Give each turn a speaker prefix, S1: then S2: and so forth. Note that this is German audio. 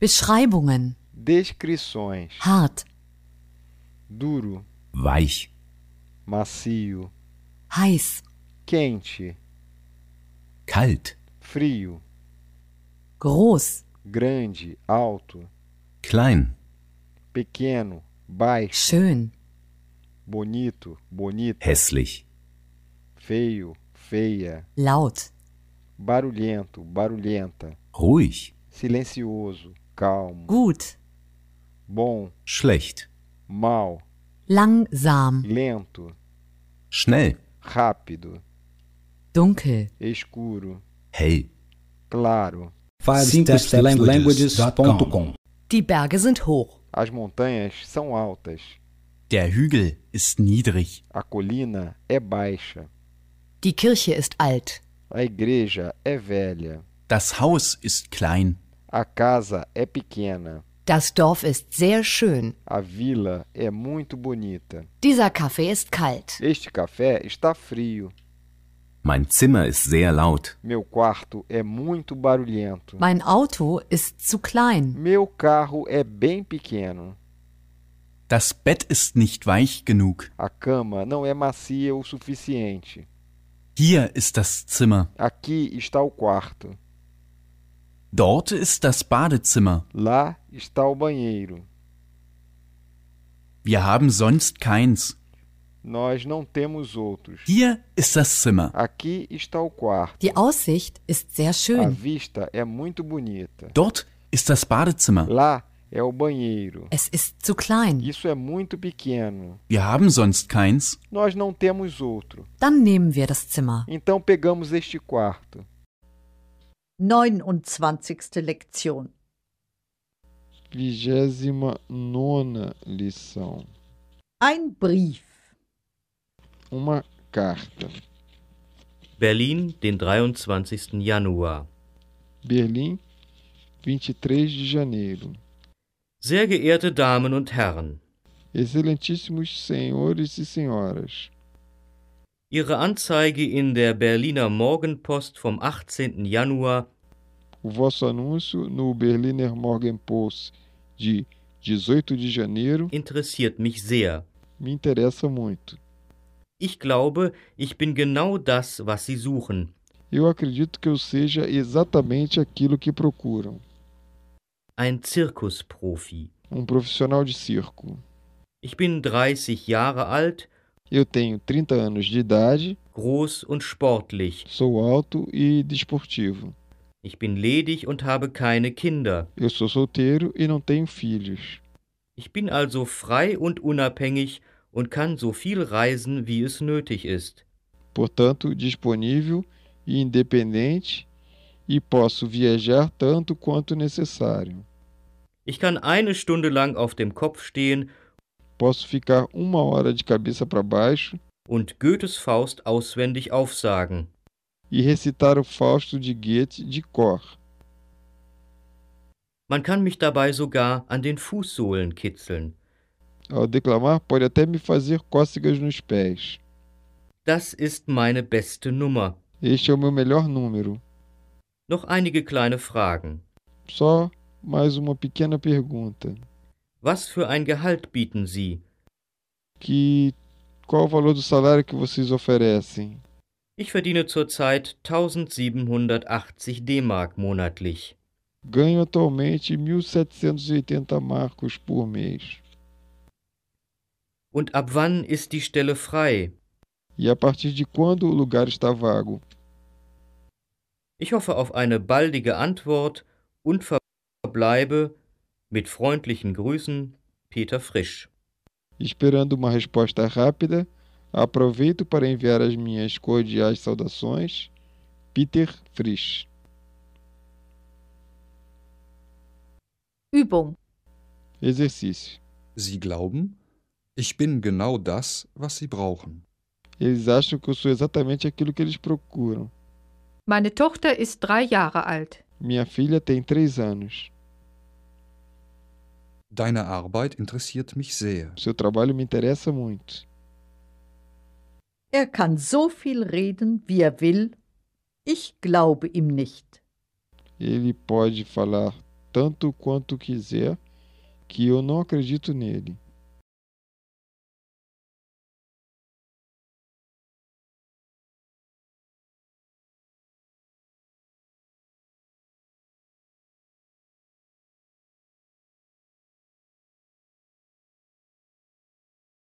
S1: Beschreibungen.
S2: descrições,
S1: Hart,
S2: duro,
S3: weich,
S2: macio,
S1: heiß,
S2: quente,
S3: kalt,
S2: frio,
S1: groß,
S2: grande, alto,
S3: klein,
S2: pequeno, baixo,
S1: schön,
S2: bonito, bonita,
S3: hässlich,
S2: feio, feia,
S1: laut,
S2: barulhento, barulhenta,
S3: ruhig,
S2: silencioso, calmo,
S1: gut,
S2: bom,
S3: schlecht,
S2: mal,
S1: langsam,
S2: lento,
S3: schnell,
S2: rápido,
S1: dunkel,
S2: escuro,
S3: hell.
S2: claro.
S4: languages.com
S1: Die Berge sind hoch.
S2: As montanhas são altas,
S3: Der Hügel ist niedrig.
S2: a colina é baixa,
S1: Die Kirche ist alt.
S2: a igreja é velha,
S3: Das Haus ist klein.
S2: a casa é pequena,
S1: Das Dorf ist sehr schön.
S2: a vila é muito bonita.
S1: Dieser Kaffee ist kalt.
S2: Este café está frio,
S3: Mein Zimmer ist sehr laut.
S2: meu quarto é muito barulhento,
S1: Mein Auto ist zu klein.
S2: meu carro é bem pequeno,
S3: Das Bett ist nicht weich genug.
S2: a cama não é macia o suficiente.
S3: Hier ist das Zimmer.
S2: Aqui está o quarto,
S3: Dort ist das Badezimmer.
S2: lá está o banheiro.
S3: Wir haben sonst keins.
S2: Nós não temos outros.
S3: Hier ist das Zimmer.
S2: Aqui está o quarto.
S1: Die Aussicht ist sehr
S2: A
S1: schön.
S2: vista é muito bonita.
S3: Dort ist das Badezimmer.
S2: Lá é o banheiro.
S1: Es ist zu klein.
S2: Isso é muito pequeno.
S3: Wir haben sonst keins.
S2: Nós não temos outro.
S1: Dann nehmen wir das Zimmer.
S2: Então pegamos este quarto.
S5: 29. Lektion.
S2: Vigésima nona lição.
S5: Ein Brief.
S2: Uma carta.
S6: Berlin, den 23. Januar.
S2: Berlim, 23 de janeiro.
S6: Sehr geehrte Damen und Herren,
S2: Excelentíssimos senhores e senhoras.
S6: Ihre Anzeige in der Berliner Morgenpost vom 18. Januar
S2: O vosso anúncio no Berliner Morgenpost de 18 de janeiro
S6: interessiert mich sehr.
S2: me interessa muito.
S6: Ich glaube, ich bin genau das, was Sie suchen.
S2: Eu acredito que eu seja exatamente aquilo que procuram:
S6: Ein Zirkusprofi.
S2: um profissional de circo.
S6: Ich bin 30 Jahre alt,
S2: Eu tenho 30 anos de idade,
S6: groß und sportlich.
S2: sou alto e desportivo.
S6: Ich bin ledig und habe keine Kinder.
S2: Eu sou solteiro e não tenho filhos.
S6: Ich bin also frei und unabhängig und kann so viel reisen, wie es nötig ist.
S2: Portanto, disponível e independente, e posso viajar tanto quanto necessário.
S6: Ich kann eine Stunde lang auf dem Kopf stehen
S2: Posso ficar uma hora de cabeça para baixo
S6: und Goethes Faust auswendig aufsagen.
S2: e recitar o Fausto de Goethe de cor.
S6: Man kann mich dabei sogar an den Fußsohlen kitzeln.
S2: Ao declamar, pode até me fazer cócegas nos pés.
S6: Das ist meine beste Nummer.
S2: Este é o meu melhor número.
S6: Noch einige kleine Fragen.
S2: Só mais uma pequena pergunta.
S6: Was für ein Gehalt bieten Sie?
S2: Que qual o valor do salário que vocês oferecem?
S6: Ich verdiene zurzeit 1780 D-Mark monatlich.
S2: Ganho atualmente 1.780 marcos por mês.
S6: Und ab wann ist die Stelle frei?
S2: E a partir de quando o lugar está vago?
S6: Ich hoffe auf eine baldige Antwort und verbleibe mit freundlichen Grüßen Peter Frisch.
S2: Esperando uma resposta rápida, aproveito para enviar as minhas cordiais saudações. Peter Frisch.
S5: Übung.
S2: Exercício.
S7: Sie glauben, ich bin genau das, was Sie brauchen.
S2: Eles acham que eu sou exatamente aquilo que eles procuram.
S8: Meine Tochter ist drei Jahre alt.
S2: Minha filha tem três anos.
S7: Deine Arbeit interessiert mich sehr.
S2: Seu trabalho me interessa muito.
S5: Er kann so viel reden, wie er will. Ich glaube ihm nicht.
S2: Ele pode falar tanto quanto quiser, que eu não acredito nele.